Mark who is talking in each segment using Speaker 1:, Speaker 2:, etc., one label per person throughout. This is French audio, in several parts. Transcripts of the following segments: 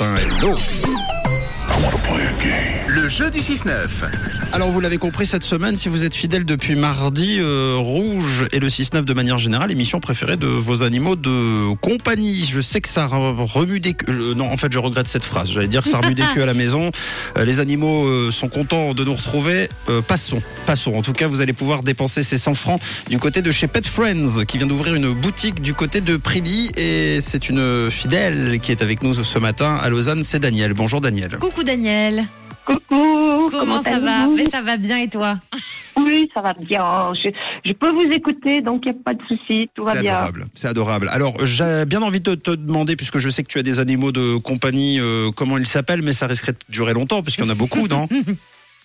Speaker 1: Martin Hello.
Speaker 2: Le jeu du 6-9.
Speaker 1: Alors vous l'avez compris cette semaine, si vous êtes fidèle depuis mardi, euh, Rouge et le 6-9 de manière générale, émission préférée de vos animaux de compagnie. Je sais que ça re- remue des queues. Euh, non, en fait je regrette cette phrase. J'allais dire ça remue des queues à la maison. Euh, les animaux euh, sont contents de nous retrouver. Euh, passons, passons. En tout cas, vous allez pouvoir dépenser ces 100 francs du côté de chez Pet Friends qui vient d'ouvrir une boutique du côté de Prilly. Et c'est une fidèle qui est avec nous ce matin à Lausanne, c'est Daniel. Bonjour Daniel.
Speaker 3: Coucou Daniel,
Speaker 4: Coucou,
Speaker 3: comment, ça va
Speaker 4: allez-vous
Speaker 3: Mais ça va bien et toi
Speaker 4: Oui, ça va bien. Je, je peux vous écouter, donc il n'y a pas de souci, tout va
Speaker 1: C'est
Speaker 4: bien.
Speaker 1: adorable, c'est adorable. Alors, j'ai bien envie de te demander, puisque je sais que tu as des animaux de compagnie, euh, comment ils s'appellent, mais ça risquerait de durer longtemps, puisqu'il y en a beaucoup, non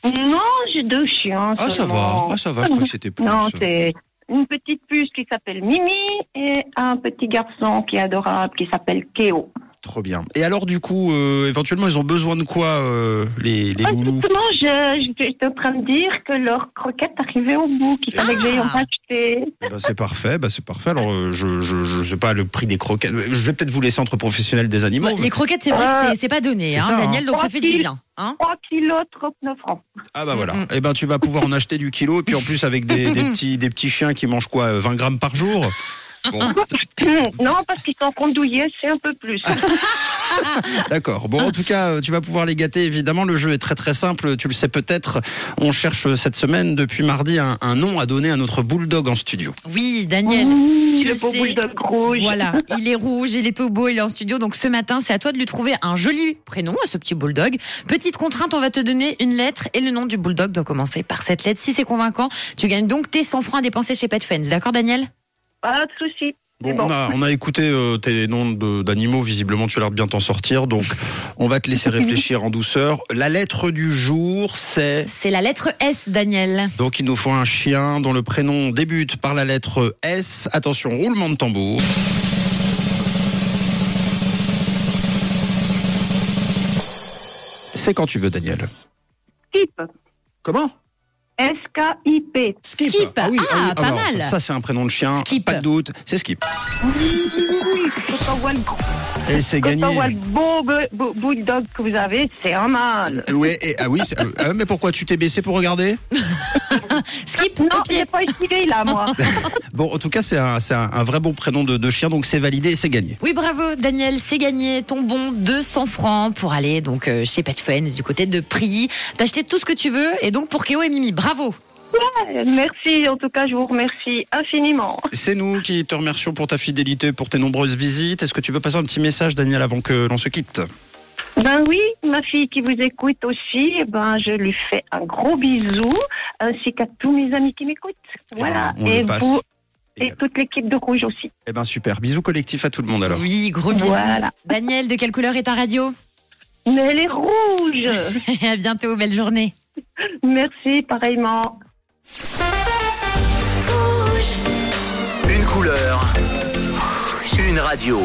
Speaker 4: Non, j'ai deux chiens.
Speaker 1: Ah, ça va,
Speaker 4: seulement.
Speaker 1: ah, ça va, je crois que c'était plus. euh,
Speaker 4: Non, c'est une petite puce qui s'appelle Mimi et un petit garçon qui est adorable qui s'appelle Kéo.
Speaker 1: Trop bien. Et alors, du coup, euh, éventuellement, ils ont besoin de quoi, euh, les, les
Speaker 4: Ah,
Speaker 1: loulous
Speaker 4: justement, je, je- j'étais en train de dire que leur croquette arrivait au bout, qu'ils savaient que j'allais en
Speaker 3: Ah.
Speaker 4: acheter.
Speaker 1: Eh ben, C'est parfait, bah, c'est parfait. Alors, euh, je, je, je sais pas le prix des croquettes. Je vais peut-être vous laisser entre professionnels des animaux.
Speaker 3: Ouais,
Speaker 1: mais-
Speaker 3: Les croquettes, c'est vrai que c'est- c'est pas donné,
Speaker 1: C'est
Speaker 3: hein,
Speaker 1: ça, hein.
Speaker 3: Daniel, donc ça
Speaker 4: Oh,
Speaker 3: fait
Speaker 4: si.
Speaker 3: du bien. Hein
Speaker 4: 3 kilos, 39 francs.
Speaker 1: Ah bah voilà.
Speaker 3: Mm, mm.
Speaker 1: Eh ben, tu vas pouvoir en acheter du kilo, et puis en plus, avec des, des petits, des petits chiens qui mangent quoi, 20 grammes par jour Bon,
Speaker 4: Non, parce qu'ils sont condouillés, c'est un peu plus.
Speaker 3: Ah,
Speaker 1: D'accord. Bon, en tout cas, euh, tu vas pouvoir les gâter, évidemment. Le jeu est très très simple. Tu le sais peut-être. On cherche euh, cette semaine, depuis mardi, un, un nom à donner à notre bulldog en studio.
Speaker 3: oui, Daniel, tu le
Speaker 4: Mmh, le beau
Speaker 3: sais.
Speaker 4: bulldog rouge.
Speaker 3: Voilà, il est rouge, il est tout beau, il est en studio. Donc ce matin, c'est à toi de lui trouver un joli prénom à ce petit bulldog. Petite contrainte, on va te donner une lettre et le nom du bulldog doit commencer par cette lettre. Si c'est convaincant, tu gagnes donc tes 100 francs à dépenser chez Pet Friends. D'accord, Daniel
Speaker 4: Pas de souci.
Speaker 1: Bon,
Speaker 4: C'est bon.
Speaker 1: On, a, on a écouté euh, tes noms de- d'animaux. Visiblement, tu as l'air de bien t'en sortir. Donc, on va te laisser réfléchir en douceur. La lettre du jour, c'est.
Speaker 3: C'est la lettre S, Daniel.
Speaker 1: Donc, il nous faut un chien dont le prénom débute par la lettre S. Attention, roulement de tambour. C'est quand tu veux, Daniel.
Speaker 4: Skip.
Speaker 1: Comment
Speaker 4: S-K-I-P.
Speaker 3: Skip.
Speaker 1: Ah oui,
Speaker 3: Ah,
Speaker 1: ah oui,
Speaker 3: pas
Speaker 1: alors,
Speaker 3: mal.
Speaker 1: Ça, c'est un prénom de chien.
Speaker 3: Skip.
Speaker 1: Pas de doute, c'est Skip.
Speaker 4: Quand
Speaker 1: Et c'est gagné.
Speaker 4: on voit le beau bu- bu- bulldog que vous avez, c'est un mâle.
Speaker 1: Ouais, et- ah oui, c'est- ah, mais pourquoi tu t'es baissé pour regarder
Speaker 3: Skip,
Speaker 4: Non,
Speaker 3: au
Speaker 4: il
Speaker 3: pied.
Speaker 4: n'est pas esquivé là, moi.
Speaker 1: Bon, en tout cas, c'est un, c'est un, un vrai bon prénom de, de chien, donc c'est validé et c'est gagné.
Speaker 3: Oui, bravo, Daniel, c'est gagné ton bon 200 francs pour aller donc euh, chez Pet Friends du côté de Prilly, t'acheter tout ce que tu veux et donc pour Kéo et Mimi, bravo.
Speaker 4: Merci, en tout cas, je vous remercie infiniment.
Speaker 1: C'est nous qui te remercions pour ta fidélité, pour tes nombreuses visites. Est-ce que tu veux passer un petit message, Daniel, avant que l'on se quitte
Speaker 4: Ben oui, ma fille qui vous écoute aussi, eh ben je lui fais un gros bisou, ainsi qu'à tous mes amis qui m'écoutent. Voilà.
Speaker 1: Eh ben, on
Speaker 4: et
Speaker 1: le passe.
Speaker 4: vous, et
Speaker 1: Et-
Speaker 4: toute l'équipe de Rouge aussi.
Speaker 1: Eh ben super, bisous collectifs à tout le monde alors.
Speaker 3: Oui, gros bisous.
Speaker 4: Voilà.
Speaker 3: Daniel, de quelle couleur est ta radio
Speaker 4: Mais elle est rouge.
Speaker 3: À bientôt, belle journée.
Speaker 4: Merci, pareillement.
Speaker 2: Une couleur. Une radio.